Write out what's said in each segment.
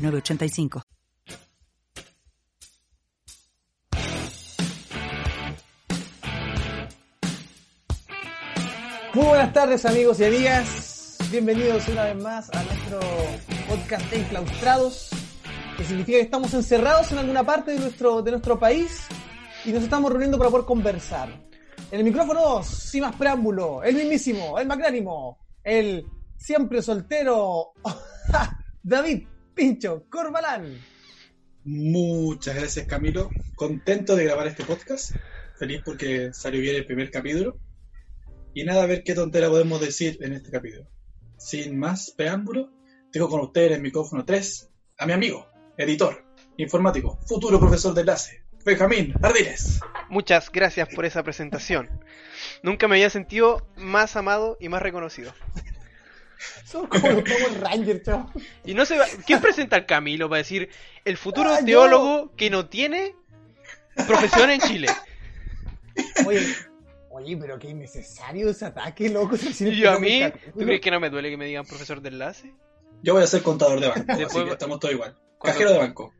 985. Muy buenas tardes amigos y amigas, bienvenidos una vez más a nuestro podcast de Enclaustrados, que significa que estamos encerrados en alguna parte de nuestro, de nuestro país y nos estamos reuniendo para poder conversar. En el micrófono 2, sin más preámbulo, el mismísimo, el magnánimo, el siempre soltero, David Pincho Corbalán. Muchas gracias, Camilo. Contento de grabar este podcast. Feliz porque salió bien el primer capítulo. Y nada, a ver qué tontera podemos decir en este capítulo. Sin más preámbulo, tengo con ustedes en el micrófono 3 a mi amigo, editor, informático, futuro profesor de enlace, Benjamín Ardiles. Muchas gracias por esa presentación. Nunca me había sentido más amado y más reconocido. Son como los Power Rangers, chavo. Y no se va... ¿Quién presenta al Camilo para decir el futuro Ah, yo. teólogo que no tiene profesión en Chile? Oye, oye, pero qué innecesario ese ataque, loco. si recién Y a empezamos mí, el ¿tú capítulo. crees que no me duele que me digan profesor de enlace? Yo voy a ser contador de banco, así Después- que estamos todos igual. Cuando- Cajero de banco.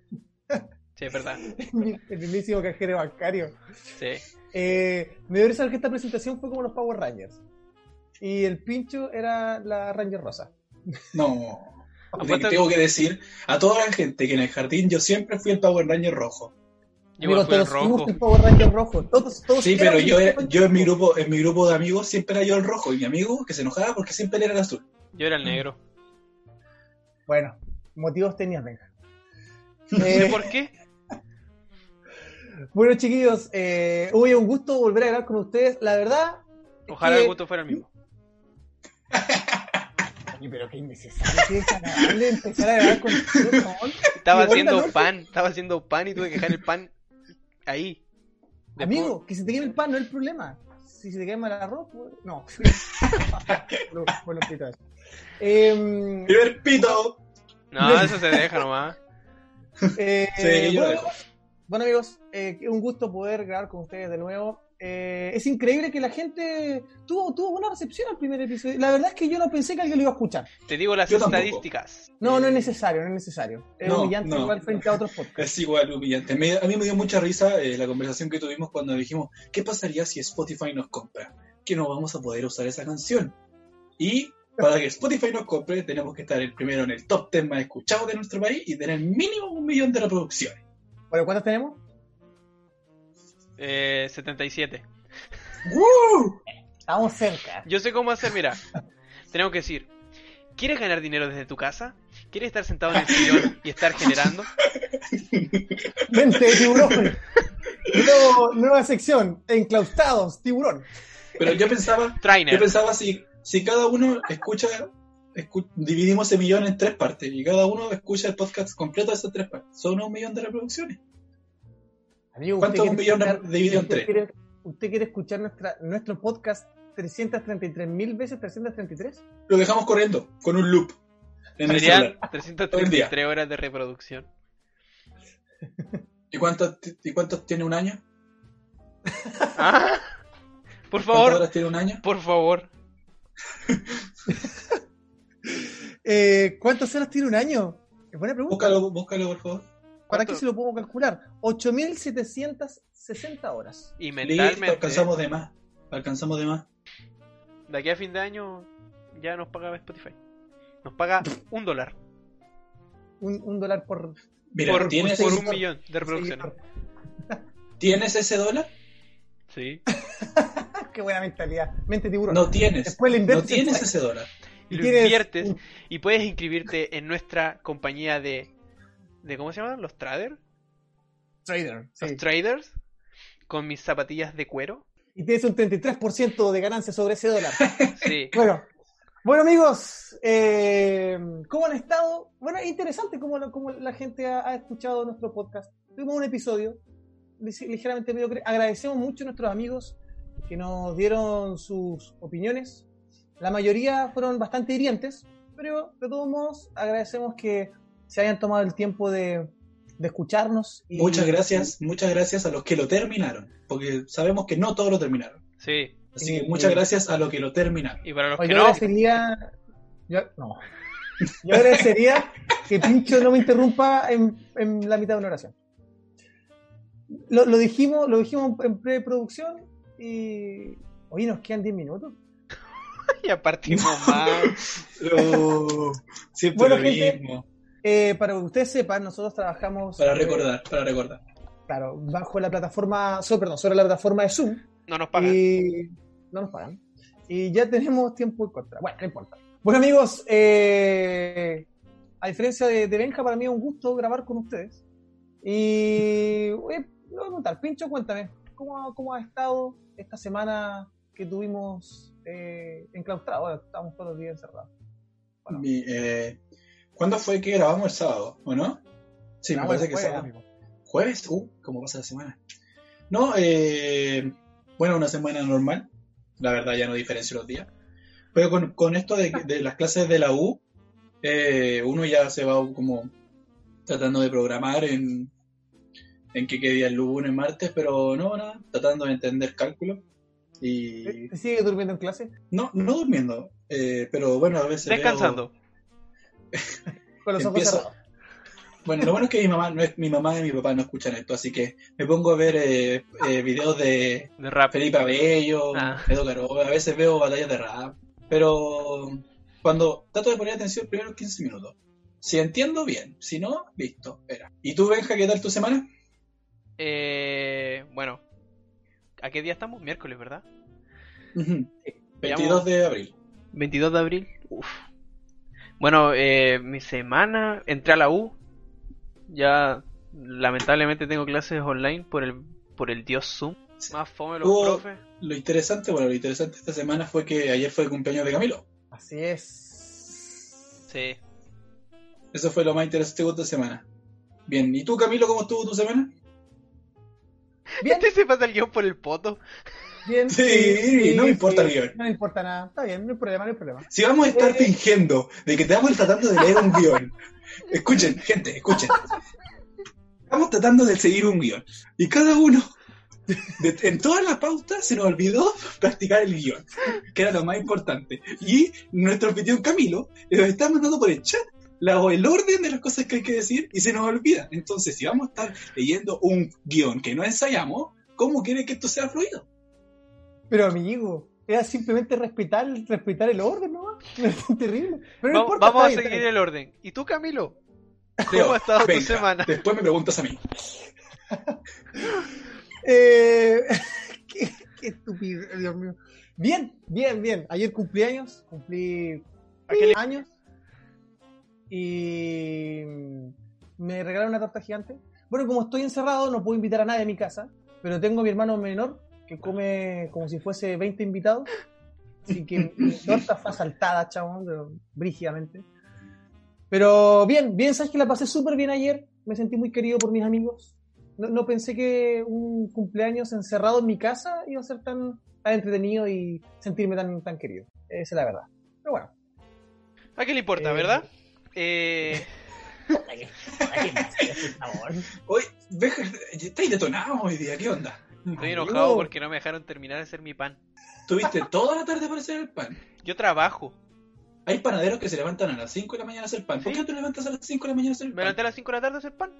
Sí, es verdad. El mismísimo cajero bancario. Sí. Eh, me dio risa que esta presentación fue como los Power Rangers. Y el pincho era la Ranger Rosa. No. Apuesto- Tengo que decir a toda la gente que en el jardín yo siempre fui el Power Ranger rojo. Yo igual Amigos, fui el todos fuimos rojo. el Power Ranger rojo. Todos, todos Sí, pero éramos yo, el era- Power yo en mi Ranger rojo. grupo, en mi grupo de amigos siempre era yo el rojo y mi amigo que se enojaba porque siempre él era el azul. Yo era el negro. Bueno, motivos tenías, venga. ¿Y Eh, por qué? bueno, chiquillos, eh, hoy es un gusto volver a hablar con ustedes. La verdad, Ojalá que- el gusto fuera el mismo. Oye, pero qué innecesario, qué desagradable empezar a grabar con ustedes, ¿no? Estaba Igual la haciendo noche. pan, estaba haciendo pan y tuve que dejar el pan ahí. Después- Amigo, que si te queme el pan no es el problema. Si se te quema el arroz, pues, no. Lo- pues lo quito eso. Em, ¡Primer pito! No, eso se deja nomás. eh, Sí, yo lo bueno, dejo. bueno, amigos, eh, un gusto poder grabar con ustedes de nuevo. Eh, es increíble que la gente tuvo, tuvo buena recepción al primer episodio. La verdad es que yo no pensé que alguien lo iba a escuchar. Te digo las Yo tampoco. estadísticas. No, no es necesario, no es necesario. Es Eh, No, humillante no. igual frente a otros podcasts. Es igual humillante. Me- a mí me dio mucha risa eh, la conversación que tuvimos cuando dijimos, ¿qué pasaría si Spotify nos compra? Que no vamos a poder usar esa canción. Y para que Spotify nos compre, tenemos que estar el primero en el top 10 más escuchado de nuestro país y tener mínimo un millón de reproducciones. Bueno, ¿cuántos tenemos? Eh, 77. ¡Woo! Estamos cerca. Yo sé cómo hacer, mira. Tenemos que decir, ¿quieres ganar dinero desde tu casa? ¿Quieres estar sentado en el sillón y estar generando? Mente de tiburón. Nuevo- nueva sección, enclaustrados, tiburón. Pero yo pensaba, yo Trainer. pensaba si, si cada uno escucha, escu- dividimos ese millón en tres partes y cada uno escucha el podcast completo de esas tres partes. Son un millón de reproducciones. Amigo, ¿Cuánto usted un quiere millón escuchar- dividido en usted tres? quiere- ¿Usted quiere escuchar nuestra, nuestro podcast 333 mil veces 333? Lo dejamos corriendo con un loop. En el celular. Serían Todo el día. 333 horas de reproducción. ¿Y cuántos, ¿Y cuántos tiene un año? Ah, Por ¿Cuántas favor, horas tiene un año? por favor. Eh, ¿Cuántas horas tiene un año? Es buena pregunta. Búscalo, búscalo, por favor. ¿Para ¿Cuánto? qué se lo puedo calcular? 8.760 horas. Y Listo, mentalmente, alcanzamos de más. Alcanzamos de más. de aquí a fin de año ya nos paga Spotify. Nos paga un dólar Un, un dólar por... Mira, por, ¿tienes, por ese- un millón de reproducciones. seguidor. ¿tienes ese dólar? Sí. Ah, qué buena mentalidad. Mente tiburón. No tienes. Después le No inviertes en tienes ese dólar. Y lo tienes- inviertes y puedes inscribirte en nuestra compañía de, de ¿cómo se llama? Los traders, trader. los sí. Ah, traders con mis zapatillas de cuero. Y tienes un 33% de ganancia sobre ese dólar. Sí. Bueno, Bueno amigos, eh, ¿cómo han estado? Bueno, es interesante cómo, la- cómo la gente ha, ha escuchado nuestro podcast. Tuvimos un episodio lig- ligeramente mediocre. Agradecemos mucho a nuestros amigos que nos dieron sus opiniones. La mayoría fueron bastante hirientes, pero de todos modos agradecemos que se hayan tomado el tiempo de, de escucharnos. y- Muchas gracias, muchas gracias a los que lo terminaron, porque sabemos que no todos lo terminaron. Sí. Así que Sí. muchas gracias a los que lo terminaron. Y para los Oye, que Pues yo no, agradecería. Yo, no. Yo agradecería que Pincho no me interrumpa en, en la mitad de una oración. Lo, lo dijimos, lo dijimos en preproducción y. Oye, nos quedan 10 minutos. ya partimos más. Pero siempre Bueno, lo gente. mismo. Eh, para que ustedes sepan, nosotros trabajamos. Para eh, recordar, para recordar. claro, bajo la plataforma. so- perdón, sobre la plataforma de Zoom. No nos pagan. Y no nos pagan. Y ya tenemos tiempo en contra. Bueno, no importa. Bueno, amigos, eh, a diferencia de, de Benja, para mí es un gusto grabar con ustedes. Y oye, le voy a preguntar, Pincho, cuéntame, ¿cómo, ha- cómo ha estado esta semana que tuvimos eh, enclaustrados? Ahora estamos todos los días encerrados. Bueno. Mi, eh, ¿Cuándo fue que grabamos el sábado? ¿O no? Sí, me Grabamos parece que jueves, sábado. amigo. ¿Jueves? Uh, ¿cómo pasa la semana? No, eh, bueno, una semana normal. La verdad ya no diferencio los días. Pero con, con esto de, de las clases de la U, eh, uno ya se va como tratando de programar en, en que qué día es lunes, martes, pero no, nada, tratando de entender cálculo. Y Eh, ¿Te sigue durmiendo en clase? no, no durmiendo, eh, pero bueno, a veces... veo- Descansando. Con los ojos Empiezo- cerrados. Bueno, lo bueno es que mi mamá, no es, mi mamá y mi papá no escuchan esto, así que me pongo a ver eh, eh, videos de, De rap. Felipe Abello, Ah. Edo Caro, a veces veo batallas de rap, pero cuando trato de poner atención primero 15 minutos. Si entiendo bien, si no, listo, espera. ¿Y tú, Benja, qué tal tu semana? Eh, bueno. ¿A qué día estamos? Miércoles, ¿verdad? Ujú. 22 de abril. 22 de abril. Uf. Bueno, eh, mi semana entré a la U. Ya lamentablemente tengo clases online por el por el dios Zoom. Más fome los Hubo- profes. Lo interesante, bueno, lo interesante esta semana fue que ayer fue el cumpleaños de Camilo. Así es. Sí. Eso fue lo más interesante de esta semana. Bien, ¿y tú, Camilo, cómo estuvo tu semana? Bien. ¿Este se pasa el guión por el poto? Bien, Sí, no me importa el guión. No me importa nada. Está bien, no hay problema, no hay problema. Si vamos a estar Eh. fingiendo de que estamos tratando de leer un guión. Escuchen, gente, escuchen. Estamos tratando de seguir un guión. Y cada uno, de- en todas las pautas, se nos olvidó practicar el guión, que era lo más importante. Y nuestro anfitrión Camilo nos está mandando por el chat la- el orden de las cosas que hay que decir y se nos olvida. Entonces, si vamos a estar leyendo un guión que no ensayamos, ¿cómo quiere que esto sea fluido? Pero amigo, era simplemente respetar, respetar el orden, ¿no? Es terrible. Pero no Vamos, importa, vamos a está bien, seguir el orden. ¿Y tú, Camilo? Leo, ¿Cómo ha estado tu venga, semana? Después me preguntas a mí. está bien. Eh, qué, qué estúpido, Dios mío. Bien, bien, bien. Ayer cumplí años, cumplí años y me regalaron una torta gigante. Bueno, como estoy encerrado, no puedo invitar a nadie a mi casa, pero tengo a mi hermano menor que come como si fuese 20 invitados. Así que mi torta fue asaltada, chabón, pero brígidamente. Pero bien, bien, sabes que la pasé súper bien ayer. Me sentí muy querido por mis amigos. No, no pensé que un cumpleaños encerrado en mi casa iba a ser tan, tan entretenido y sentirme tan, tan querido. Esa es la verdad. Pero bueno. ¿A qué le importa, Eh. verdad? Eh, Hoy, Benja, estáis detonados hoy día, ¿qué onda? estoy Amigo, enojado porque no me dejaron terminar de hacer mi pan. Tuviste toda la tarde para hacer el pan. Yo trabajo. Hay panaderos que se levantan a las 5 de la mañana a hacer pan. ¿Por Sí. qué tú levantas a las 5 de la mañana a hacer el Me pan? levanté a las 5 de la tarde a hacer pan.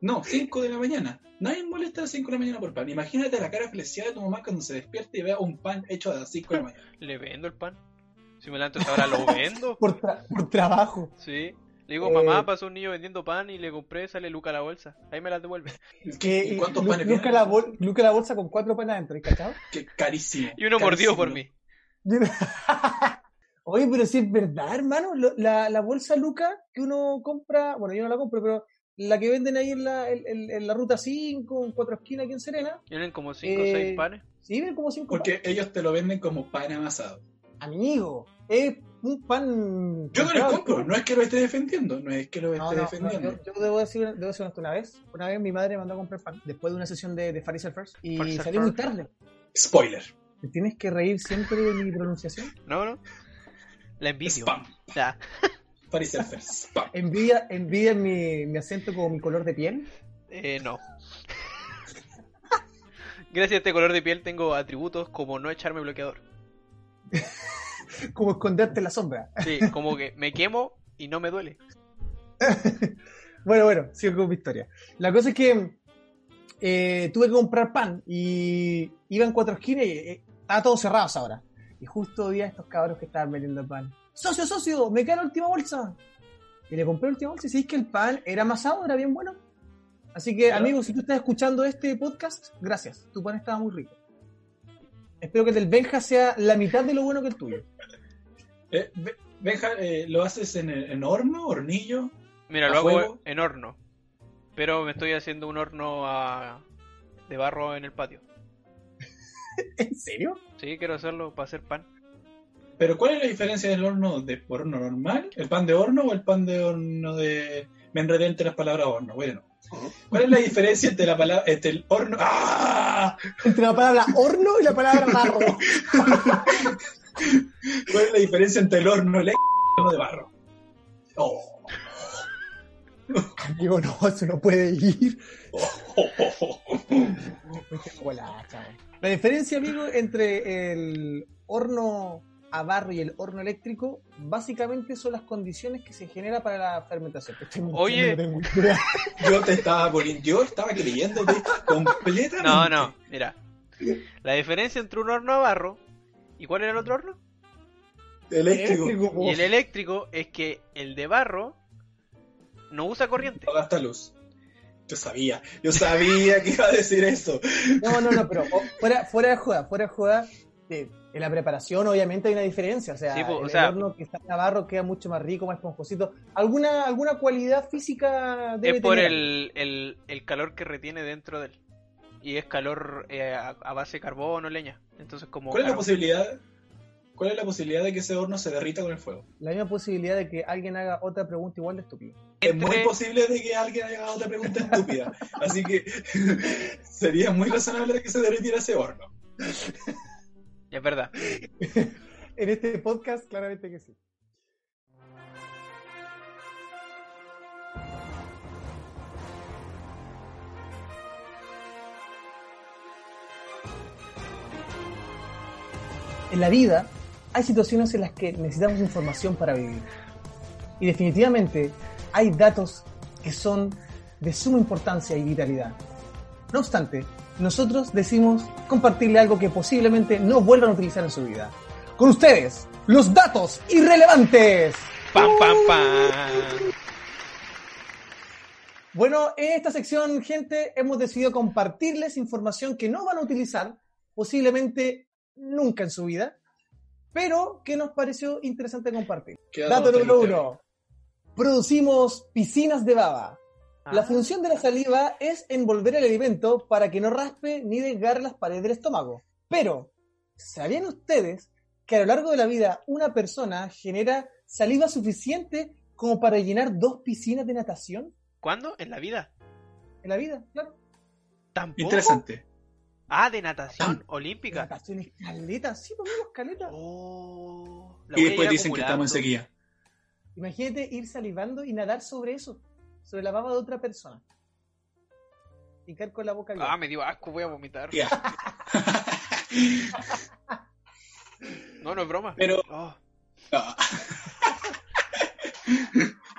No, 5 de la mañana. Nadie molesta a las 5 de la mañana por pan. Imagínate la cara felicidad de tu mamá cuando se despierte y vea un pan hecho a las 5 de la mañana. Le vendo el pan. Si me levanto hasta ahora, lo vendo. Por, tra- por trabajo. Sí. Le digo, Eh. mamá, pasó un niño vendiendo pan y le compré, sale Luca la bolsa. Ahí me la devuelve. Que, ¿Y cuántos Lu- panes Luca vienen? la, bol- Luca la bolsa con cuatro panes adentro, ¿eh? ¿cachado? Qué carísimo. Y uno carísimo. mordido por mí. Yo no- Oye, pero si es verdad, hermano, lo- la, la bolsa Luca que uno compra, bueno, yo no la compro, pero la que venden ahí en la, en- en- en la ruta 5, en cuatro esquinas aquí en Serena, Tienen como 5 o Eh. 6 panes. sí, ven como cinco Porque ellos te lo venden como pan amasado. panes. Amigo, es un pan. Yo no les comprado. compro, no es que lo esté defendiendo, no es que lo esté No, no, defendiendo. no, yo, yo debo decir, debo decir esto una vez. Una vez mi madre me mandó a comprar pan después de una sesión de, de Faris First y Faris salí First. muy tarde. Spoiler. ¿Te tienes que reír siempre de mi pronunciación? No, no. La envidio. Spam. Ya. Paris Elfers. Spam. ¿Envidia, envidia mi, mi acento como mi color de piel? Eh, no. Gracias a este color de piel tengo atributos como no echarme bloqueador. Como esconderte en la sombra. Sí, como que me quemo y no me duele. Bueno, bueno, sigo con mi historia. La cosa es que eh, tuve que comprar pan y iba en cuatro esquinas y eh, estaba todo cerrado a esa hora. Y justo día estos cabros que estaban vendiendo pan. ¡Socio, socio! ¡Me queda la última bolsa! Y le compré la última bolsa y sí, es que el pan era amasado, era bien bueno. Así que, Claro. amigos, si tú estás escuchando este podcast, gracias. Tu pan estaba muy rico. Espero que el del Benja sea la mitad de lo bueno que el tuyo. Eh, Be- Benja, eh, ¿lo haces en, en horno, hornillo? Mira, ¿A lo hago fuego? en horno. Pero me estoy haciendo un horno a- de barro en el patio. ¿En serio? Sí, quiero hacerlo para hacer pan. Pero ¿cuál es la diferencia del horno de horno normal? ¿El pan de horno o el pan de horno de... Me enredé entre las palabras horno. Bueno. ¿Cuál es la diferencia entre la palabra... Entre el horno... ¡Ah! Entre la palabra horno y la palabra barro. ¿Cuál es la diferencia entre el horno eléctrico y el horno de barro? Oh. Amigo, no, se no puede ir. Oh, oh, oh, oh. La diferencia, amigo, entre el horno a barro y el horno eléctrico, básicamente son las condiciones que se genera para la fermentación. Estoy mintiendo, no Oye. tengo idea. Yo te estaba poniendo... Yo estaba creyéndote completamente. No, no, mira. La diferencia entre un horno a barro y cuál era el otro horno? Eléctrico. Eléctrico, Y vos. el eléctrico es que el de barro no usa corriente. No gasta luz. Yo sabía. Yo sabía que iba a decir eso. No, no, no, pero o- fuera, fuera de joda, fuera de joda. eh, en la preparación, obviamente, hay una diferencia. O sea, Sí, po, o el sea- horno que está a barro queda mucho más rico, más esponjosito. ¿Alguna, alguna cualidad física debe Es por tener? el, el, el calor que retiene dentro de él. Y es calor eh, a, a base de carbón o leña. Entonces, como. ¿Cuál es la carbón- posibilidad? ¿Cuál es la posibilidad de que ese horno se derrita con el fuego? La misma posibilidad de que alguien haga otra pregunta igual de estúpida. Es Entre- muy posible de que alguien haga otra pregunta estúpida. Así que sería muy razonable que se derritiera ese horno. Es verdad. En este podcast, claramente que sí. En la vida hay situaciones en las que necesitamos información para vivir. Y definitivamente hay datos que son de suma importancia y vitalidad. No obstante, nosotros decimos compartirle algo que posiblemente no vuelvan a utilizar en su vida. Con ustedes, los datos irrelevantes. ¡Pam, pam, pam! Bueno, en esta sección, gente, hemos decidido compartirles información que no van a utilizar, posiblemente nunca en su vida, pero que nos pareció interesante compartir. Queda Dato todo número terrible. uno. Producimos piscinas de baba. La Ah, función de la saliva es envolver el alimento para que no raspe ni desgarre las paredes del estómago. Pero, ¿sabían ustedes que a lo largo de la vida una persona genera saliva suficiente como para llenar dos piscinas de natación? ¿Cuándo? ¿En la vida? En la vida, claro. ¿Tampoco? Interesante. Ah, de natación olímpica. Natación es caleta, sí, pues amigo, es caleta. Oh, la Y voy a después ir dicen que estamos en acumulando. sequía. Imagínate ir salivando y nadar sobre eso, sobre la baba de otra persona. Hincar con la boca abierta. Ah, me dio asco, voy a vomitar. Ya. No, no es broma. Pero- Oh, Ah.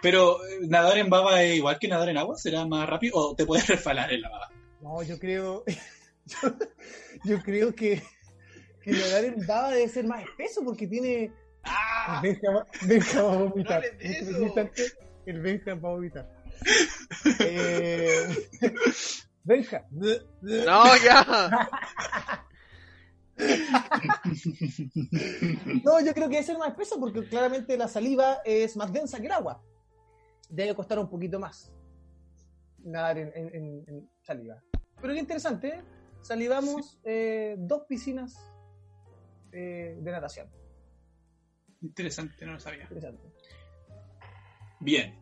Pero eh, nadar en baba es igual que nadar en agua, será más rápido o te puedes resfalar en la baba. No, yo creo. Yo, yo creo que, que nadar en baba debe ser más espeso porque tiene. ¡Ah! El Benja, va- Benja va a vomitar. hables de En este eso. instante, el Benja va a vomitar. Eh, Benja. No, ya. No, yo creo que debe ser más espeso porque claramente la saliva es más densa que el agua. Debe costar un poquito más nadar en, en- en- en saliva. Pero qué interesante, ¿eh? Salivamos eh, dos piscinas eh, de natación. Interesante, no lo sabía. Interesante. Bien.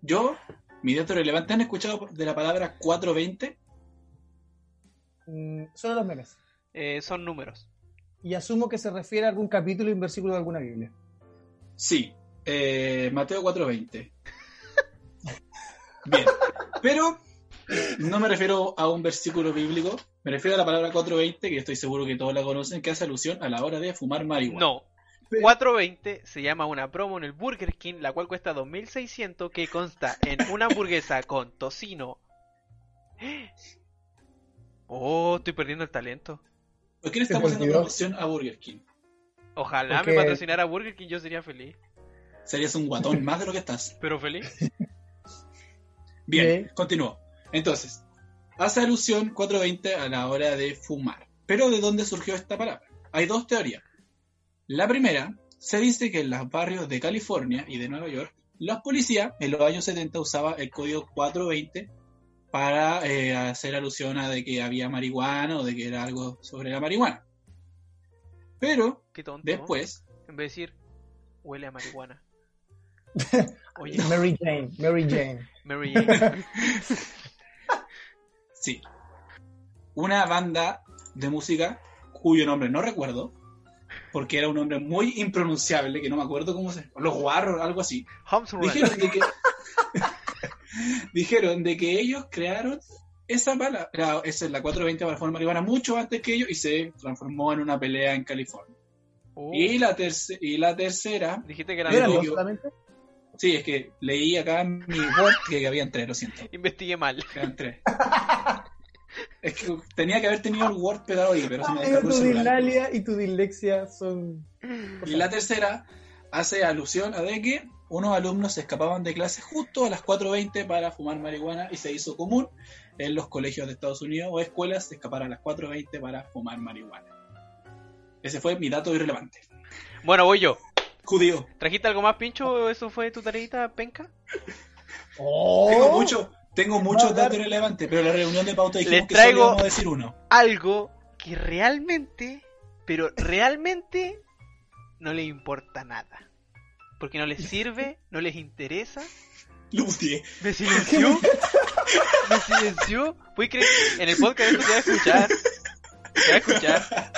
Yo, mi dato relevante, ¿han escuchado de la palabra 420? Mm, solo los memes. Eh, son números. Y asumo que se refiere a algún capítulo y un versículo de alguna Biblia. Sí, eh, Mateo 4:20. Bien, pero no me refiero a un versículo bíblico, me refiero a la palabra 4:20, que estoy seguro que todos la conocen, que hace alusión a la hora de fumar marihuana. No. 420 se llama una promo en el Burger King, la cual cuesta 2600, que consta en una hamburguesa con tocino. Oh, estoy perdiendo el talento. ¿Por qué no estamos Se me haciendo olvidó. promoción a Burger King? Ojalá Ok. me patrocinara Burger King, yo sería feliz. Serías un guatón más de lo que estás. Pero feliz. Bien, Sí. continúo. Entonces, hace alusión 420 a la hora de fumar. Pero ¿de dónde surgió esta palabra? Hay dos teorías. La primera, se dice que en los barrios de California y de Nueva York, los policías en los años 70 usaba el código 420 para eh, hacer alusión a de que había marihuana o de que era algo sobre la marihuana. Pero Qué tonto. ¿no? después, En vez de decir, huele a marihuana. Oye, Mary Jane, Mary Jane. Mary Jane. Sí. Una banda de música cuyo nombre no recuerdo, porque era un nombre muy impronunciable, que no me acuerdo cómo se... Los Guarros, algo así. Homes Run. Dijeron de que... dijeron de que ellos crearon esa palabra, la- esa es la 420 para formar marihuana, mucho antes que ellos y se transformó en una pelea en California. Oh, Y, la terce- y la tercera... Dijiste que eran ¿Eran dos. dos yo- solamente? Sí, es que leí acá en mi word que habían tres, lo siento. Investigué mal. Eran tres. es que tenía que haber tenido el Word pedado ahí, pero se me Ah, descargó tu el celular. dinalia y tu dislexia son... Y la tercera hace alusión a de que unos alumnos se escapaban de clase justo a las 4.20 para fumar marihuana y se hizo común en los colegios de Estados Unidos o escuelas escapar a las 4.20 para fumar marihuana. Ese fue mi dato irrelevante. Bueno, voy yo. Judío. ¿Trajiste algo más, Pincho? ¿O ¿Eso fue tu tareita, penca? ¡Oh! Tengo mucho, tengo muchos a dar- datos irrelevantes, pero en la reunión de pauta dijimos Les que solo traigo- íbamos a decir uno. Algo que realmente, pero realmente no le importa nada. Porque no les sirve, no les interesa. Lo busqué. Me silenció. Me silenció. Voy a creer en el podcast esto se va a escuchar. Se va a escuchar.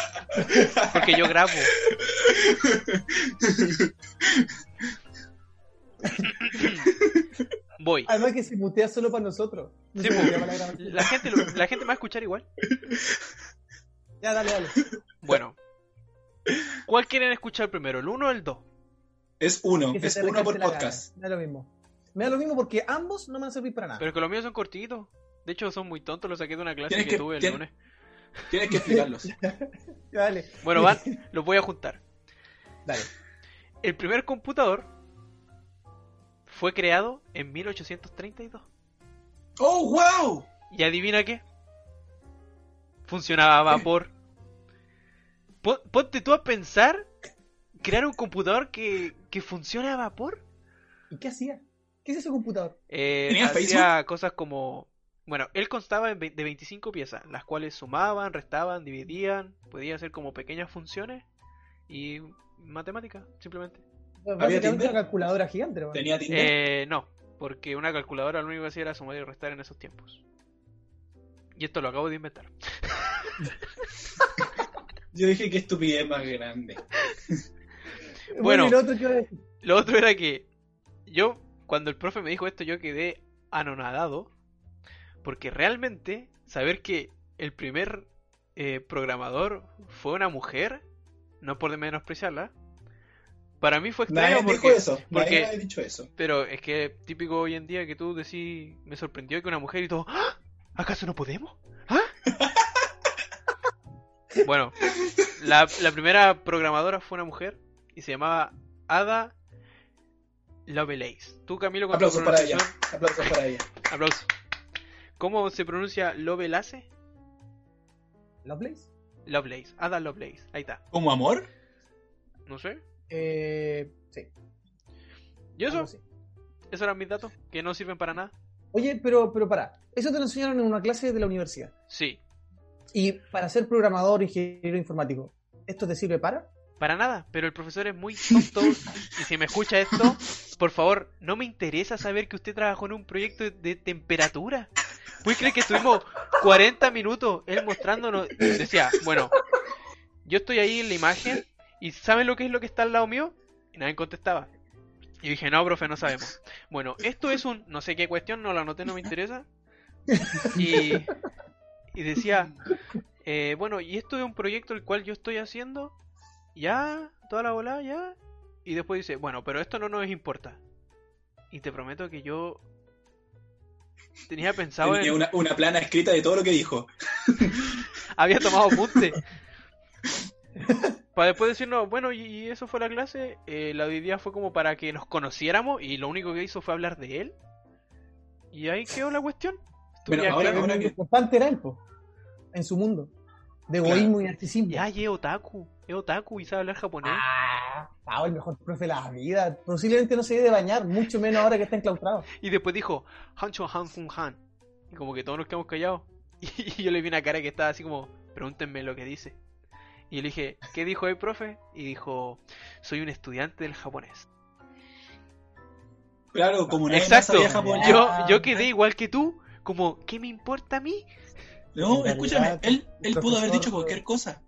Porque yo grabo. Voy. Además Ah, que se mutea solo para nosotros. No Sí, se pues. mutea para la grabación. La gente, lo- la gente me va a escuchar igual. Ya, dale, dale. Bueno. ¿Cuál quieren escuchar primero? ¿El 1 o el 2? Es uno, Que se es te uno recalce por la podcast. gana. Me da lo mismo. Me da lo mismo porque ambos no me van a servir para nada. Pero es que los míos son cortitos. De hecho, son muy tontos. Los saqué de una clase Tienes que, que- tuve el tienes- lunes. Tienes que explicarlos. Ya, dale, Bueno, van, los voy a juntar. dale. El primer computador fue creado en 1832. ¡Oh, wow! ¿Y adivina qué? Funcionaba a vapor. Po- Ponte tú a pensar crear un computador que, que funcione a vapor. ¿Y qué hacía? ¿Qué es ese computador? Eh, ¿Tenía hacía cosas como... Bueno, él constaba en ve- de 25 piezas, las cuales sumaban, restaban, dividían, podía hacer como pequeñas funciones y matemática, simplemente. Básicamente Tinder? una calculadora gigante. ¿no? Tenía Tinder. Eh, no, porque una calculadora lo único que hacía era sumar y restar en esos tiempos. Y esto lo acabo de inventar. Yo dije que estupidez más grande. bueno. y lo otro que iba a decir. Lo otro era que yo, cuando el profe me dijo esto, yo quedé anonadado. Porque realmente, saber que el primer eh, programador fue una mujer, no por menospreciarla, para mí fue extraño Nadie dijo porque... eso. porque- Nadie ha dicho eso. Pero es que típico hoy en día que tú decís, me sorprendió que una mujer y todo, "¿Ah? ¿acaso no podemos? ¿Ah?" bueno, la, la primera programadora fue una mujer y se llamaba Ada Lovelace. Tú, Camilo, con tu Aplausos para ella. pronunciación- Aplausos para ella. Aplausos. ¿Cómo se pronuncia Lovelace? ¿Lovelace? Lovelace, Ada Lovelace. Ahí está, ¿Como amor? no sé. Eh, sí. Y eso, algo así. esos eran mis datos, que no sirven para nada. Oye, pero, pero pará. Eso te lo enseñaron en una clase de la universidad. Sí, Y para ser programador, ingeniero informático, ¿esto te sirve para? Para nada, pero el profesor es muy tonto y si me escucha esto, por favor, no me interesa saber que usted trabajó en un proyecto de temperatura. ¿Puedes creer que estuvimos 40 minutos él mostrándonos? Decía, bueno, yo estoy ahí en la imagen y ¿saben lo que es lo que está al lado mío? Y nadie contestaba. Y dije, no, profe, no sabemos. Bueno, esto es un no sé qué cuestión, no la anoté, no me interesa. Y, y decía, eh, bueno, y esto es un proyecto el cual yo estoy haciendo, ya, toda la bola, ya. Y después dice, bueno, pero esto no nos importa. Y te prometo que yo tenía pensado Tenía en... una, una plana escrita de todo lo que dijo. Había tomado apunte. Para después decirnos, bueno, y, y eso fue la clase. eh, la de hoy día fue como para que nos conociéramos y lo único que hizo fue hablar de él. Y ahí quedó la cuestión. Bueno, Ya, ahora- claro, ahora- que- importante era él, po, en su mundo. De Claro. egoísmo y narcisismo. Ya, y es otaku. Es otaku y sabe hablar japonés. Ah, Pao, el mejor profe de la vida. Posiblemente no se debe bañar, mucho menos ahora que está enclaustrado. Y después dijo, Hancho Han Fun Han. Y como que todos nos quedamos callados. Y yo le vi una cara que estaba así como, pregúntenme lo que dice. Y yo le dije, ¿qué dijo el profe? Y dijo, soy un estudiante del japonés. Claro, como nadie más Exacto. sabía japonés. Yo, Ah, yo quedé igual que tú, como, ¿qué me importa a mí? No, En escúchame, realidad, él, el él pudo haber profesor dicho fue- cualquier cosa.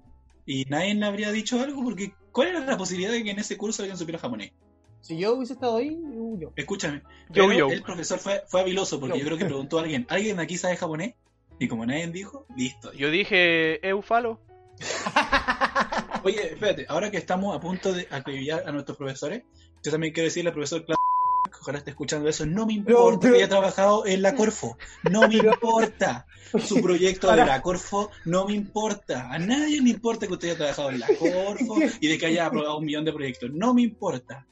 Y nadie le habría dicho algo porque ¿cuál era la posibilidad de que en ese curso alguien supiera japonés? Si yo hubiese estado ahí, uh, yo. Escúchame. Yo, pero yo. El profesor fue, fue habiloso porque Yo. yo creo que preguntó a alguien, ¿alguien de aquí sabe japonés? Y como nadie dijo, listo. Yo dije, Eufalo. Oye, espérate, ahora que estamos a punto de acribillar a nuestros profesores, yo también quiero decirle al profesor Cla- que ojalá esté escuchando eso, no me importa pero- que haya trabajado en la Corfo, no me importa su proyecto de Ahora- la Corfo, no me importa, a nadie le importa que usted haya trabajado en la Corfo y de que haya aprobado un millón de proyectos, no me importa.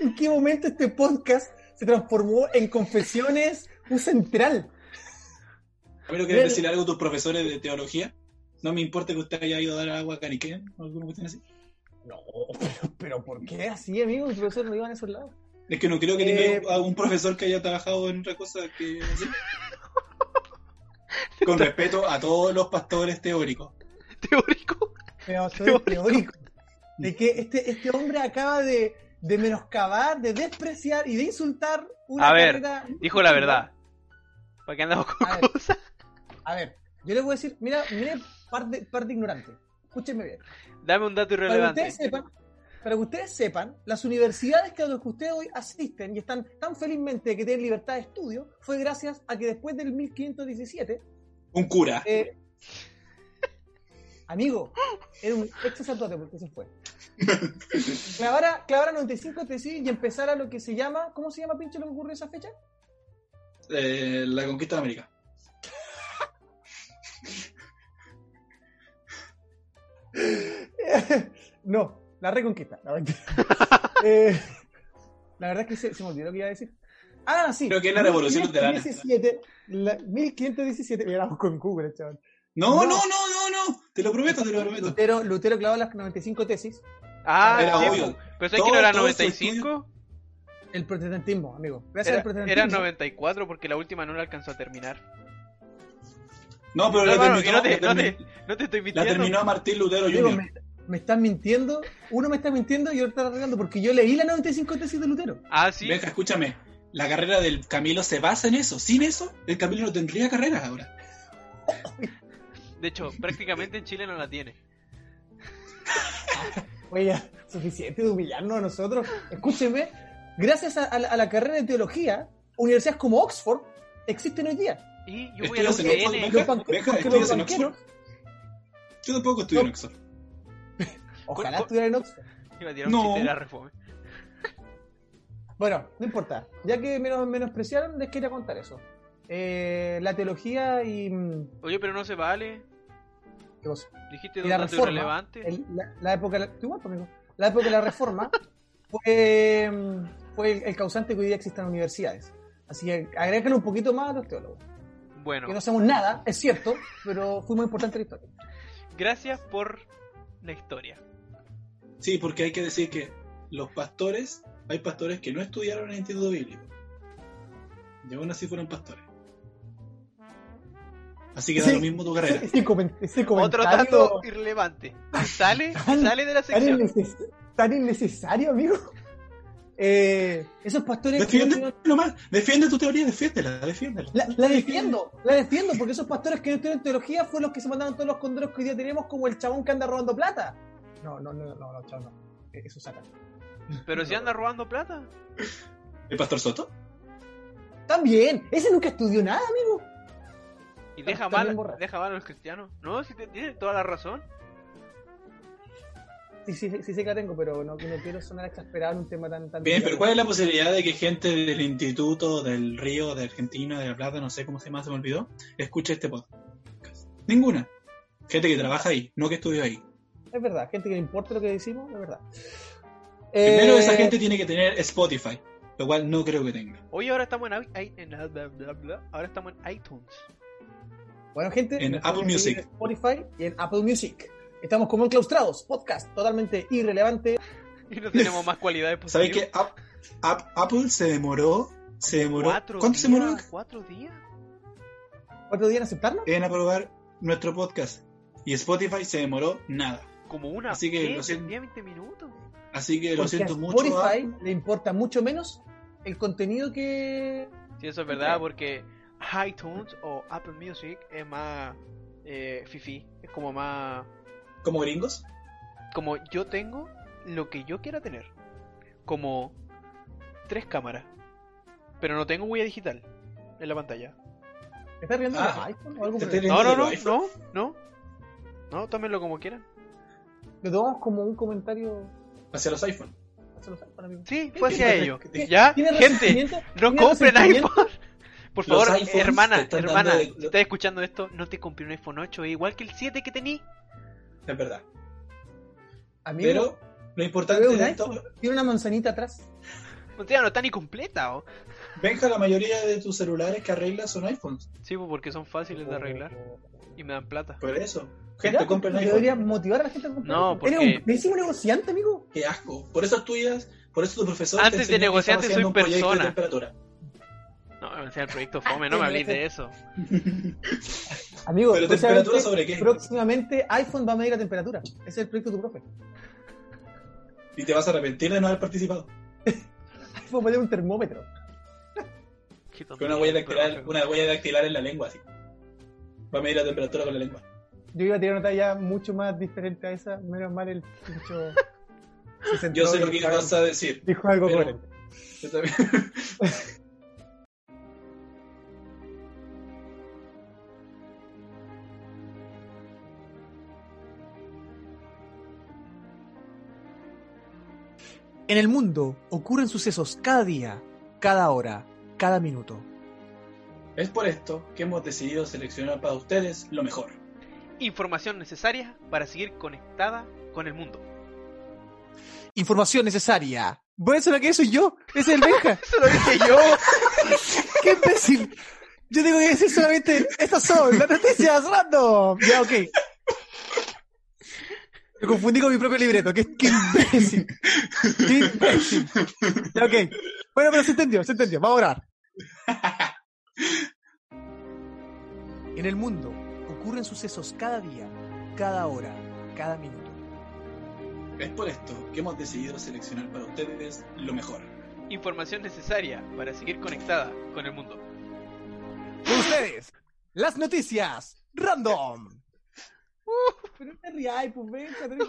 ¿En qué momento este podcast se transformó en confesiones un central? A Pero- menos quieres decirle algo a tus profesores de teología, no me importa que usted haya ido a dar agua a Caniquén o alguna cuestión así. No, pero, pero ¿por qué así, amigo? El profesor no iba en esos lados. Es que no creo que tenga Eh, a un profesor que haya trabajado en otra cosa que así. Con respeto a todos los pastores teóricos. Teórico. Pero soy teórico. De que este, este hombre acaba de, de menoscabar, de despreciar y de insultar una A ver, carrera- Dijo la verdad. ¿Para qué andamos con A ver. cosas? A ver, yo les voy a decir, mira, mira, par de, par de ignorante. Escúchenme bien. Dame un dato Para que ustedes irrelevante. sepan, para que ustedes sepan, las universidades que a las que ustedes hoy asisten y están tan felizmente que tienen libertad de estudio, fue gracias a que después del 1517 Un cura. Eh, amigo, era un ex sacerdote porque se fue. Clavara, clavara 95 tesis y empezara lo que se llama, ¿cómo se llama pinche lo que ocurrió esa fecha? Eh, la conquista de América. no, la reconquista. No, mentira. Eh, la verdad es que se, se me olvidó lo que iba a decir. Ah, sí. Creo que es la revolución luterana. 1517, la- 1517, mira, vamos con Google, chaval. No, No. no, no, no, no. Te lo prometo, te lo prometo. Lutero, Lutero clavó las 95 tesis. Ah, Era sí, obvio. Pero ¿sabes que no Todo- era todo su estudio- 95? El protestantismo, amigo. Gracias Era, al protestantismo. era 94 porque la última no la alcanzó a terminar. No, pero No, la, hermano, terminó, que no te- la, no te- termi- No te estoy la mintiendo. terminó Martín Lutero Digo, Jr. me, me están mintiendo, uno me está mintiendo y otro está arreglando, porque yo leí la 95 tesis de Lutero. Ah, sí. Venga, escúchame. La carrera del Camilo se basa en eso. Sin eso, el Camilo no tendría carreras ahora. De hecho, prácticamente en Chile no la tiene. Oye, suficiente de humillarnos a nosotros. Escúchenme, gracias a, a la- a la carrera de teología, universidades como Oxford existen hoy día. Y yo voy a la Estudias en Oxford, UCN. Los Benja. banque- Benja, porque los estudias en banqueros- Oxford. Yo tampoco estudio en No. Oxford. Ojalá Cu- cu- estuvieran en Oxford. Iba a tirar un No. chiste de la reforma. Bueno, no importa. Ya que me lo menospreciaron, les quería contar eso. Eh, la teología y... mm, Oye, pero no se vale. ¿qué cosa? Dijiste Y dos la datos reforma, irrelevantes. el- la, la época, de la, tú igual, pues, amigo. la época de la reforma fue, mm, fue el, el causante que hoy día existan universidades. Así que agrégale un poquito más a los teólogos. Bueno, Que no hacemos nada, es cierto, pero fue muy importante la historia. gracias por la historia. Sí, porque hay que decir que los pastores, hay pastores que no estudiaron en el Instituto Bíblico. Y aún así fueron pastores. Así que da Sí. lo mismo tu carrera. Ese, comen- ese Otro comentario dato irrelevante. Sale, sale de la tan, sección. inneces- tan innecesario, amigo. Eh, esos pastores que no Defiende, tuvieron- nomás, defiende tu teoría, defiéndela, defiéndela. la, la defiendo, la defiendo, porque esos pastores que no estudiaron teología fueron los que se mandaron todos los condoros que hoy día tenemos, como el chabón que anda robando plata. No, no, no, no, no, chabón, no. Eh, Eso saca. Pero si anda robando plata. ¿El pastor Soto? También, ese nunca estudió nada, amigo. Y deja También mal, borracho. deja mal a los cristianos. No, si te, tiene toda la razón. Sí, sí, sí, sé que la tengo, pero no, no quiero sonar exasperado en un tema tan... tan Bien, pero delicado. ¿cuál es la posibilidad de que gente del Instituto, del Río, de Argentina, de La Plata, no sé cómo se llama, se me olvidó, escuche este podcast? Ninguna. Gente que trabaja ahí, no que estudió ahí. Es verdad, gente que le importa lo que decimos, es verdad. Primero, Eh, esa gente tiene que tener Spotify, lo cual no creo que tenga. Hoy ahora estamos en, i- i- en bla, bla, bla, bla. ahora estamos en iTunes. Bueno, gente, En nos Apple pueden seguir Music. en Spotify y en Apple Music. Estamos como enclaustrados, podcast totalmente irrelevante. Y no tenemos más cualidades ¿Sabes posibles. que App- App- Apple se demoró? Se demoró. ¿Cuatro ¿Cuánto días? se demoró ¿Cuatro días? ¿Cuatro días en aceptarnos? en aprobar nuestro podcast? Y Spotify se demoró nada. Como una. Así que ¿qué? lo siento. 10, 20 minutos. Así que lo Porque siento a mucho. ¿ah? Spotify Apple. le importa mucho menos el contenido que. Sí, eso es verdad, porque iTunes o Apple Music es más eh, fifi. Es como más. Como gringos, Como yo tengo lo que yo quiera tener. Como tres cámaras. Pero no tengo huella digital en la pantalla. ¿Te estás riendo de Ah, los iPhone o algo te por el- estoy- No, no, del no, iPhone? no, no. No, tómenlo como quieran. Lo tomamos como un comentario. hacia los iPhone. hacia los iPhone, amigo. Sí, fue hacia ¿Tiene- ello. tiene- Ya, ¿Tiene gente, resentimiento? no ¿Tiene compren resentimiento? iPhone. Por favor, Los iPhones te hermana, están hermana, dando de- si estás escuchando esto, no te compré un iPhone 8, es igual que el 7 que tení. Es verdad. Amigo, Pero lo importante veo un de esto, tiene una manzanita atrás. O sea, no está ni completa. ¿o? Benja, la mayoría de tus celulares que arreglas son iPhones. Sí, pues, porque son fáciles de arreglar y me dan plata. Por eso. Ya, Gente, compren pues, iPhone. Deberías motivar a la gente a comprar. No, iPhone. porque- Eres un pésimo negociante, amigo. Qué asco. Por eso tuyas, por eso tu profesor. Antes de enseñó que negociante estaba haciendo soy un proyecto persona. De temperatura. No, o sea, el proyecto Fome, no me hables de eso. Amigo, próximamente- Pero temperatura sobre qué? Próximamente iPhone va a medir la temperatura. Ese es el proyecto de tu profe. Y te vas a arrepentir de no haber participado. iPhone va a tener un termómetro. Qué Con una huella tontería, dactilar, pero- una huella dactilar en la lengua, así. Va a medir la temperatura con la lengua. Yo iba a tirar una talla mucho más diferente a esa. Menos mal el pincho. se centró Yo sé y lo que dijo algo- vas a decir. Dijo algo pero- coherente. Yo también. En el mundo ocurren sucesos cada día, cada hora, cada minuto. Es por esto que hemos decidido seleccionar para ustedes lo mejor. Información necesaria para seguir conectada con el mundo. Información necesaria. Bueno, eso es lo que soy yo. Ese es el Benja. Eso lo dije yo. ¡Qué imbécil! Yo tengo que decir solamente, estas son las noticias random. Ya, ok. Me confundí con mi propio libreto. ¡Qué, qué imbécil! ¡Qué imbécil! Ya, ok. Bueno, pero se entendió, se entendió. Vamos a grabar. En el mundo ocurren sucesos cada día, cada hora, cada minuto. Es por esto que hemos decidido seleccionar para ustedes lo mejor. Información necesaria para seguir conectada con el mundo. Con ustedes, las noticias random. pero no te rías, pues venga, tenés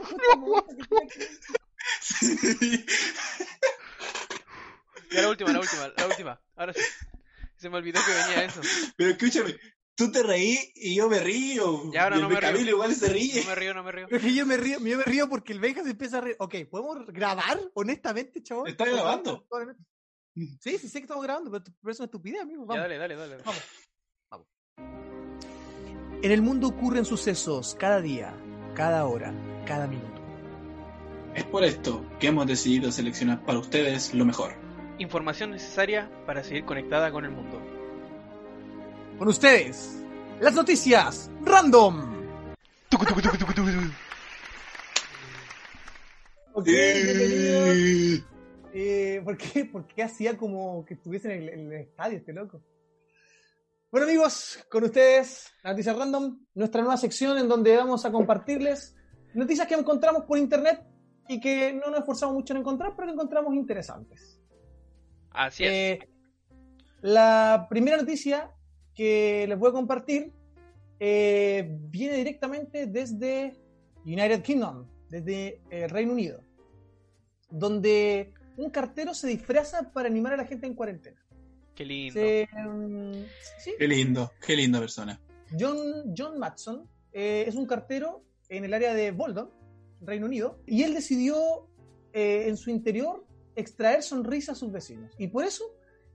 Ya la última, la última, la última. Ahora sí. Se me olvidó que venía eso. Pero escúchame, tú te reí y yo me río. Ya, ahora Y el no me río. Camilo igual se ríe. No me río, no me río. Pero es que yo me río, yo me río porque el Benja se empieza a reír. Ok, ¿podemos grabar honestamente, chavos? ¿Está grabando? Sí, sí, sé que estamos grabando, pero, pero es una estupidez, amigo. Ya, Vamos. dale, dale, dale. En el mundo ocurren sucesos cada día, cada hora, cada minuto. Es por esto que hemos decidido seleccionar para ustedes lo mejor. Información necesaria para seguir conectada con el mundo. Con ustedes, las noticias random. Tucu, tucu, tucu, tucu, tucu, tucu. Ok, Eh, ¿por, qué? ¿Por qué hacía como que estuviese en el, en el estadio este loco? Bueno amigos, con ustedes, Noticias Random, nuestra nueva sección en donde vamos a compartirles noticias que encontramos por internet y que no nos esforzamos mucho en encontrar, pero que encontramos interesantes. Así es. Eh, la primera noticia que les voy a compartir eh, viene directamente desde United Kingdom, desde el Reino Unido, donde un cartero se disfraza para animar a la gente en cuarentena. Qué lindo. Se, mm, sí, Qué lindo, qué linda persona. John, John Matson eh, es un cartero en el área de Bolton, Reino Unido, y él decidió eh, en su interior extraer sonrisas a sus vecinos. Y por eso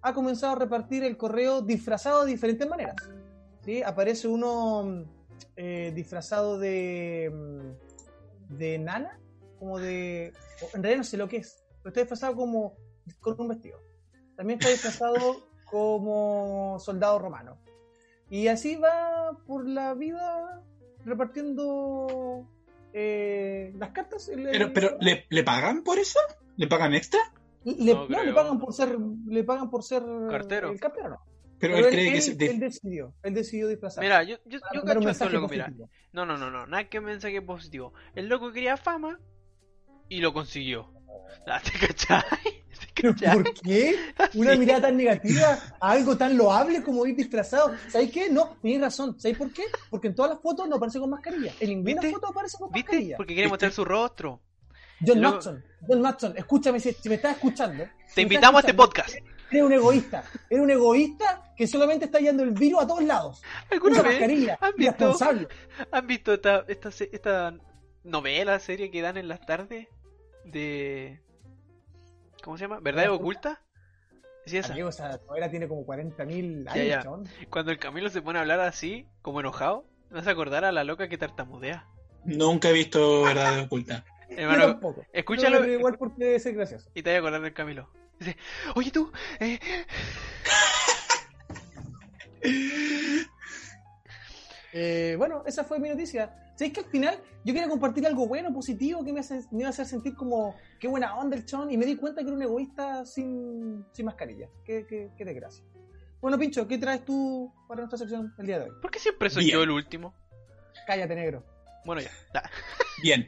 ha comenzado a repartir el correo disfrazado de diferentes maneras. ¿sí? Aparece uno eh, disfrazado de, mm, de nana, como de... o En realidad no sé lo que es, pero está disfrazado como con un vestido. También está disfrazado como soldado romano. Y así va por la vida repartiendo eh, las cartas. El- el- Pero, pero ¿le, le pagan por eso? ¿Le pagan extra? le, no, No le creo. pagan por ser, le pagan por ser Cartero. el cartero. no. Pero, Pero él cree que él- es de- él decidió, él decidió disfrazarse. Mira, yo, yo, para yo mandar un cacho esto, mensaje loco, mira. positivo. No, no, no, no, nada que mensaje positivo. El loco quería fama y lo consiguió. Ah, ¿Te cachai? ¿Te cachai? ¿Por qué? Una mirada tan negativa a algo tan loable como ir disfrazado. ¿Sabéis qué? No, tienes razón. ¿Sabéis por qué? Porque en todas las fotos no aparece con mascarilla. En ninguna ¿Viste? foto aparece con ¿Viste? mascarilla. Porque quiere mostrar su rostro. John Lo- Matson, John Matson, escúchame si, si me estás escuchando. si me Te estás invitamos a este escuchando, podcast. Eres un egoísta. Eres un egoísta que solamente está yendo el virus a todos lados. ¿Alguna Usa vez mascarilla. han visto, Irresponsable. han visto esta, esta, se- esta novela, serie que dan en las tardes de... ¿Cómo se llama? ¿Verdad oculta? Sí, esa. Amigo, esa novela tiene como 40.000 Ya, años, ya. chabón. Cuando el Camilo se pone a hablar así, como enojado, me vas a acordar a la loca que tartamudea. nunca he visto verdad oculta. Yo Hermano, tampoco. escúchalo Yo creo que igual porque debe ser gracioso. y te vas a acordar del Camilo. Dice, oye tú, eh, Eh, bueno, esa fue mi noticia. ¿Sabéis que al final yo quería compartir algo bueno, positivo, que me, hace- me iba a hacer sentir como qué buena onda el chon? Y me di cuenta que era un egoísta sin, sin mascarilla. Qué, qué, qué desgracia. Bueno, Pincho, ¿qué traes tú para nuestra sección el día de hoy? ¿por qué siempre soy Bien. yo el último? Cállate, negro. Bueno, ya. da. Bien.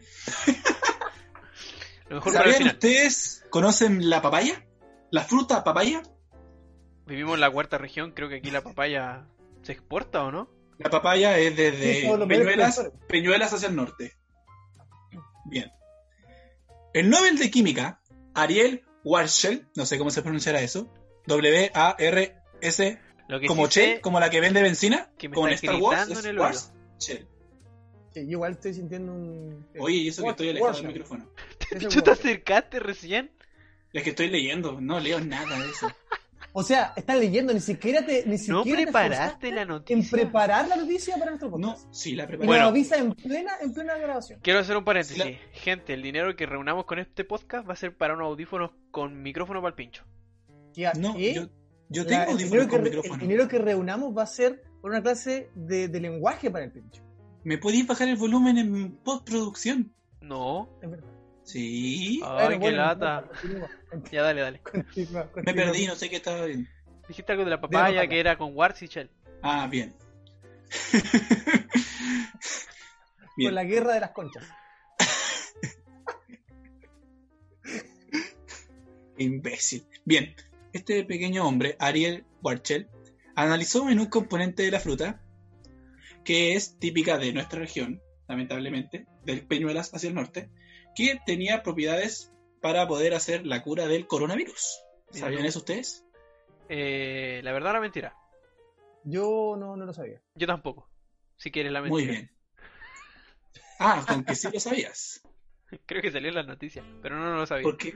Lo mejor para el ¿Sabían final. ustedes, conocen la papaya? ¿La fruta papaya? Vivimos en la cuarta región, creo que aquí la papaya se exporta o no. La papaya es Sí, desde todos los medios Peñuelas, profesores. Peñuelas hacia el norte. Bien. El Nobel de Química, Ariel Warshel, no sé cómo se pronunciará eso, W-A-R-S, Lo que como sí Shell, sé- como la que vende benzina, que me con está Star Wars, gritando en el Wars, Shell. Sí, yo igual estoy sintiendo un. Oye, y eso que estoy alejado del Warshall. micrófono. Ese Yo te Warshall. acercaste recién. Es que estoy leyendo, no leo nada de eso. O sea, estás leyendo, ni siquiera te. Ni No siquiera te esforzaste preparaste la En noticia. preparar la noticia para nuestro No, podcast. sí, la Y preparé. nos Bueno. avisa en plena, en plena grabación. Quiero hacer un paréntesis. Sí, Gente, el dinero que reunamos con este podcast va a ser para unos audífonos con micrófono para el pincho. Y a- No, y yo, yo la- tengo el audífonos dinero con que- El micrófono. dinero que reunamos va a ser por una clase de, de lenguaje para el pincho. ¿Me podéis bajar el volumen en postproducción? No. Es verdad. Sí. Ay, Bueno, qué bueno, lata. continúa, Ya, dale, dale. continúa, Me continúa. perdí, no sé qué estaba bien. Dijiste algo de la De la papaya papaya. que era con Wars y Shell. Ah, bien. Con la guerra de las conchas. Imbécil. Bien, este pequeño hombre, Ariel Warchel, analizó en un componente de la fruta que es típica de nuestra región, lamentablemente, del Peñuelas hacia el norte, que tenía propiedades para poder hacer la cura del coronavirus. Mira ¿Sabían tú. eso ustedes? Eh, la verdad o la mentira. Yo no, no lo sabía. Yo tampoco. Si quieres la mentira. Muy bien. Ah, con que sí lo sabías. Creo que salió en las noticias, pero no, no lo sabía. Porque,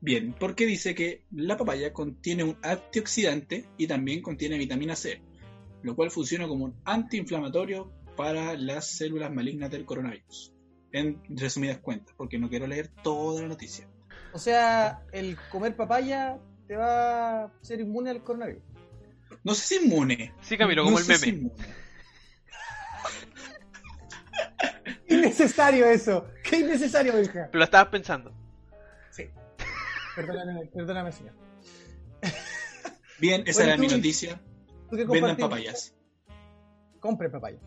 bien, porque dice que la papaya contiene un antioxidante y también contiene vitamina C, lo cual funciona como un antiinflamatorio para las células malignas del coronavirus. En resumidas cuentas, porque no quiero leer toda la noticia. O sea, el comer papaya te va a ser inmune al coronavirus. No sé si inmune. Sí, Camilo, No como el sé si meme. inmune. Innecesario eso. Qué innecesario, hija. Pero lo estabas pensando. Perdóname, perdóname, señor. Bien, esa Bueno, era mi tú- noticia. Porque Vendan compartir- papayas. Compren papaya.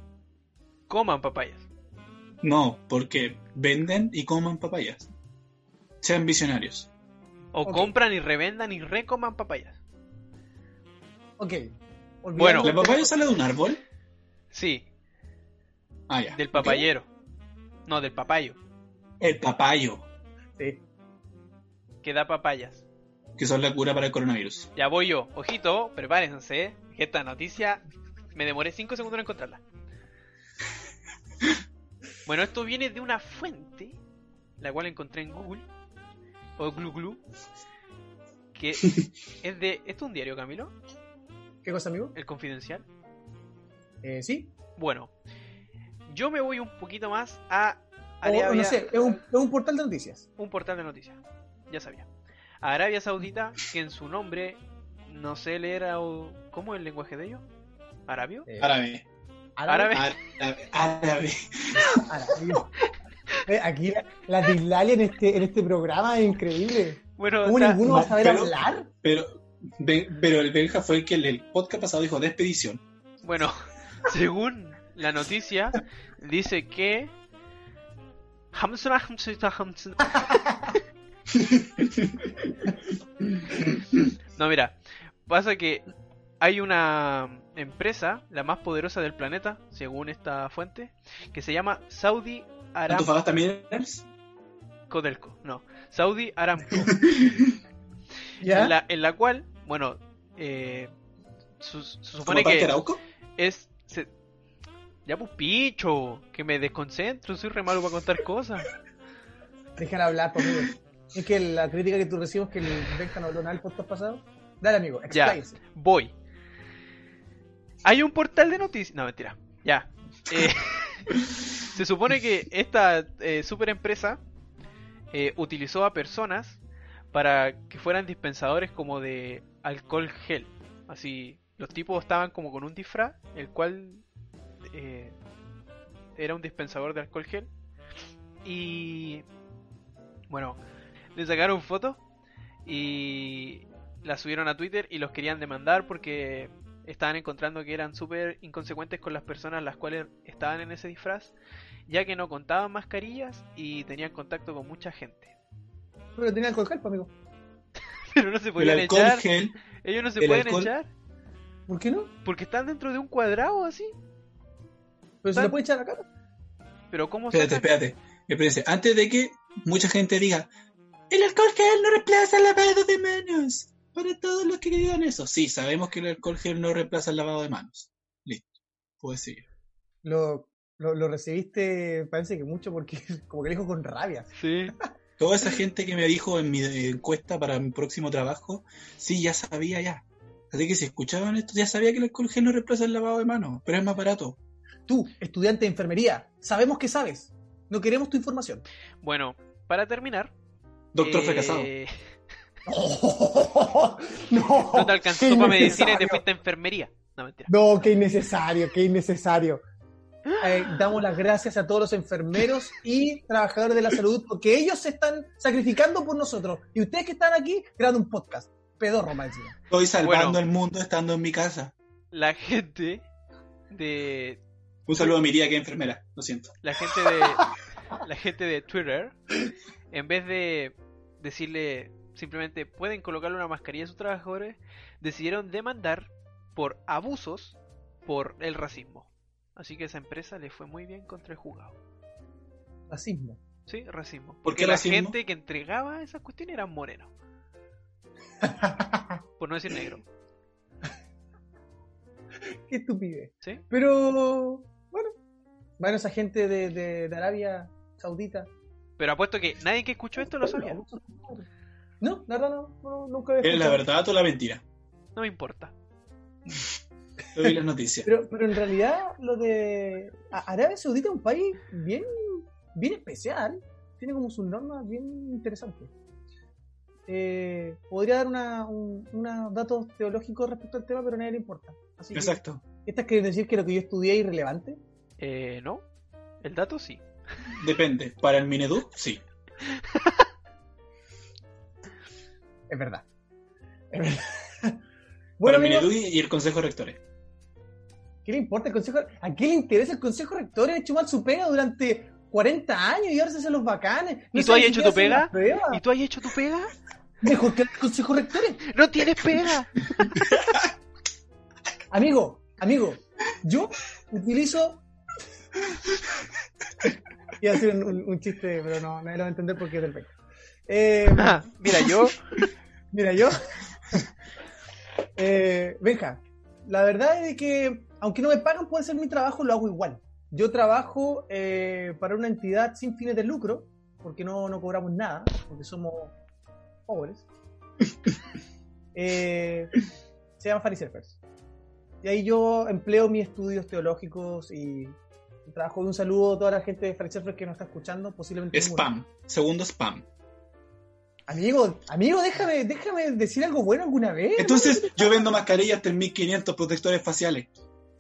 Coman papayas. No, porque venden y coman papayas. Sean visionarios. O Ok. compran y revendan y recoman papayas. Ok. Olvidando Bueno. ¿La el papaya tema- sale de un árbol? Sí, Ah, ya. del Ok. papayero. No, del papayo, El papayo, Sí. que da papayas. que son la cura para el coronavirus. Ya voy yo. Ojito, prepárense. que Esta noticia me demoré 5 segundos en encontrarla. Bueno, esto viene de una fuente, la cual encontré en Google, o Glu Glu, que es de... ¿Esto es un diario, Camilo? ¿Qué cosa, amigo? ¿El Confidencial? Eh, sí. Bueno, yo me voy un poquito más a... O, Oh, no Arabia- sé, es un, es un portal de noticias. un portal de noticias. Ya sabía. Arabia Saudita, que en su nombre no sé leer a... ¿Cómo es el lenguaje de ellos? ¿Arabio? Eh, Árabe. Árabe. Árabe. árabe. Árabe. Eh, Aquí la, la dislalia en este, en este programa es increíble. Bueno, ¿Cómo está- ninguno va a saber pero- hablar? Pero, ve- pero el Benja fue el que en el podcast pasado dijo de expedición. bueno, según la noticia, dice que... Hamsuna, hamsuna, hamsuna. No, mira, pasa que hay una empresa, la más poderosa del planeta, según esta fuente, que se llama Saudi Aramco. ¿Antofagasta Minerals? Codelco, no, Saudi Aramco, ¿Ya? en, la, en la cual, bueno, eh, su- se supone ¿Como Parque que Arauco? es... se- Ya pues picho, que me desconcentro, soy re malo para contar cosas. Déjala hablar, por favor. Es que la crítica que tú recibes es que el Benja no habló nada el podcast pasado. Dale, amigo, expláyese. Voy. Hay un portal de noticias... No, mentira, ya. Eh, se supone que esta super empresa utilizó a personas para que fueran dispensadores como de alcohol gel. Así, los tipos estaban como con un disfraz, el cual eh, era un dispensador de alcohol gel. Y bueno, le sacaron fotos y las subieron a Twitter y los querían demandar porque estaban encontrando que eran súper inconsecuentes con las personas las cuales estaban en ese disfraz, ya que no contaban mascarillas y tenían contacto con mucha gente. Pero tenía alcohol gel, pues, amigo. Pero no se El podían alcohol echar, gel. ellos no se el pueden alcohol- echar ¿Por qué no? porque están dentro de un cuadrado así. Pero se le puede echar acá. Pero ¿cómo Espérate, sacan? espérate. Espérense. Antes de que mucha gente diga, el alcohol gel no reemplaza el lavado de manos. Para todos los que digan eso. Sí, sabemos que el alcohol gel no reemplaza el lavado de manos. Listo. Puedes seguir. Lo, lo, lo recibiste, parece que mucho, porque como que lo dijo con rabia. Sí. Toda esa gente que me dijo en mi eh, encuesta para mi próximo trabajo, sí, ya sabía ya. Así que si escuchaban esto, ya sabía que el alcohol gel no reemplaza el lavado de manos, pero es más barato. Tú, estudiante de enfermería, sabemos que sabes. No queremos tu información. Bueno, para terminar, Doctor eh, fracasado. no, No te qué alcanzó para medicina y te innecesario. fuiste a enfermería. No, mentira. No, qué innecesario, qué innecesario. Eh, damos las gracias a todos los enfermeros y trabajadores de la salud porque ellos se están sacrificando por nosotros. Y ustedes que están aquí creando un podcast. Pedorro, más encima. Estoy salvando Bueno. el mundo estando en mi casa. La gente de Un saludo a mi tía que es enfermera, lo siento. la gente de la gente de Twitter en vez de decirle simplemente pueden colocarle una mascarilla a sus trabajadores decidieron demandar por abusos por el racismo así que esa empresa le fue muy bien contra el juzgado Racismo. sí racismo porque qué la racismo? gente que entregaba esas cuestiones eran morenos por no decir negro Qué estupidez. sí Pero, bueno. Bueno, esa gente de, de- de Arabia Saudita. pero apuesto que nadie que escuchó esto lo sabía No, la verdad no, no, nunca había ¿Es la escuchado. verdad o la mentira? no me importa Te doy las noticias. Pero, pero en realidad, lo de a- Arabia Saudita es un país bien, bien especial. Tiene como sus normas bien interesantes. Eh, podría dar una- un- unos datos teológicos respecto al tema, pero a nadie le importa. Así que, Exacto. ¿Estas quieren decir que lo que yo estudié es irrelevante? eh, no el dato sí Depende. Para el Minedu, sí. Es verdad. Es verdad. Bueno, para el amigos, Mineduc y el Consejo de Rectores. ¿qué le importa el consejo? ¿A qué le interesa el consejo rector? Ha hecho mal su pega durante 40 años y ahora se hacen los bacanes. ¿Y tú saben has ni siquiera hecho tu hacen pega? las pruebas. ¿Y tú has hecho tu pega? Mejor que el consejo rectores. ¡No tienes pega! Amigo, amigo, yo utilizo. Iba a hacer un, un- un chiste, pero no, nadie lo va a entender porque es del peco. Eh, Ah, Mira, yo. mira, yo. eh, Benja, la verdad es que, aunque no me pagan por hacer mi trabajo, lo hago igual. Yo trabajo eh, para una entidad sin fines de lucro, porque no, no cobramos nada, porque somos pobres. Eh, se llama Fariserfers. Y ahí yo empleo mis estudios teológicos y el trabajo de un saludo a toda la gente de Fariserfers que nos está escuchando, posiblemente. ninguno. Spam. Segundo spam. Amigo, amigo, déjame, déjame decir algo bueno alguna vez. Entonces, yo vendo mascarillas 3500 protectores faciales.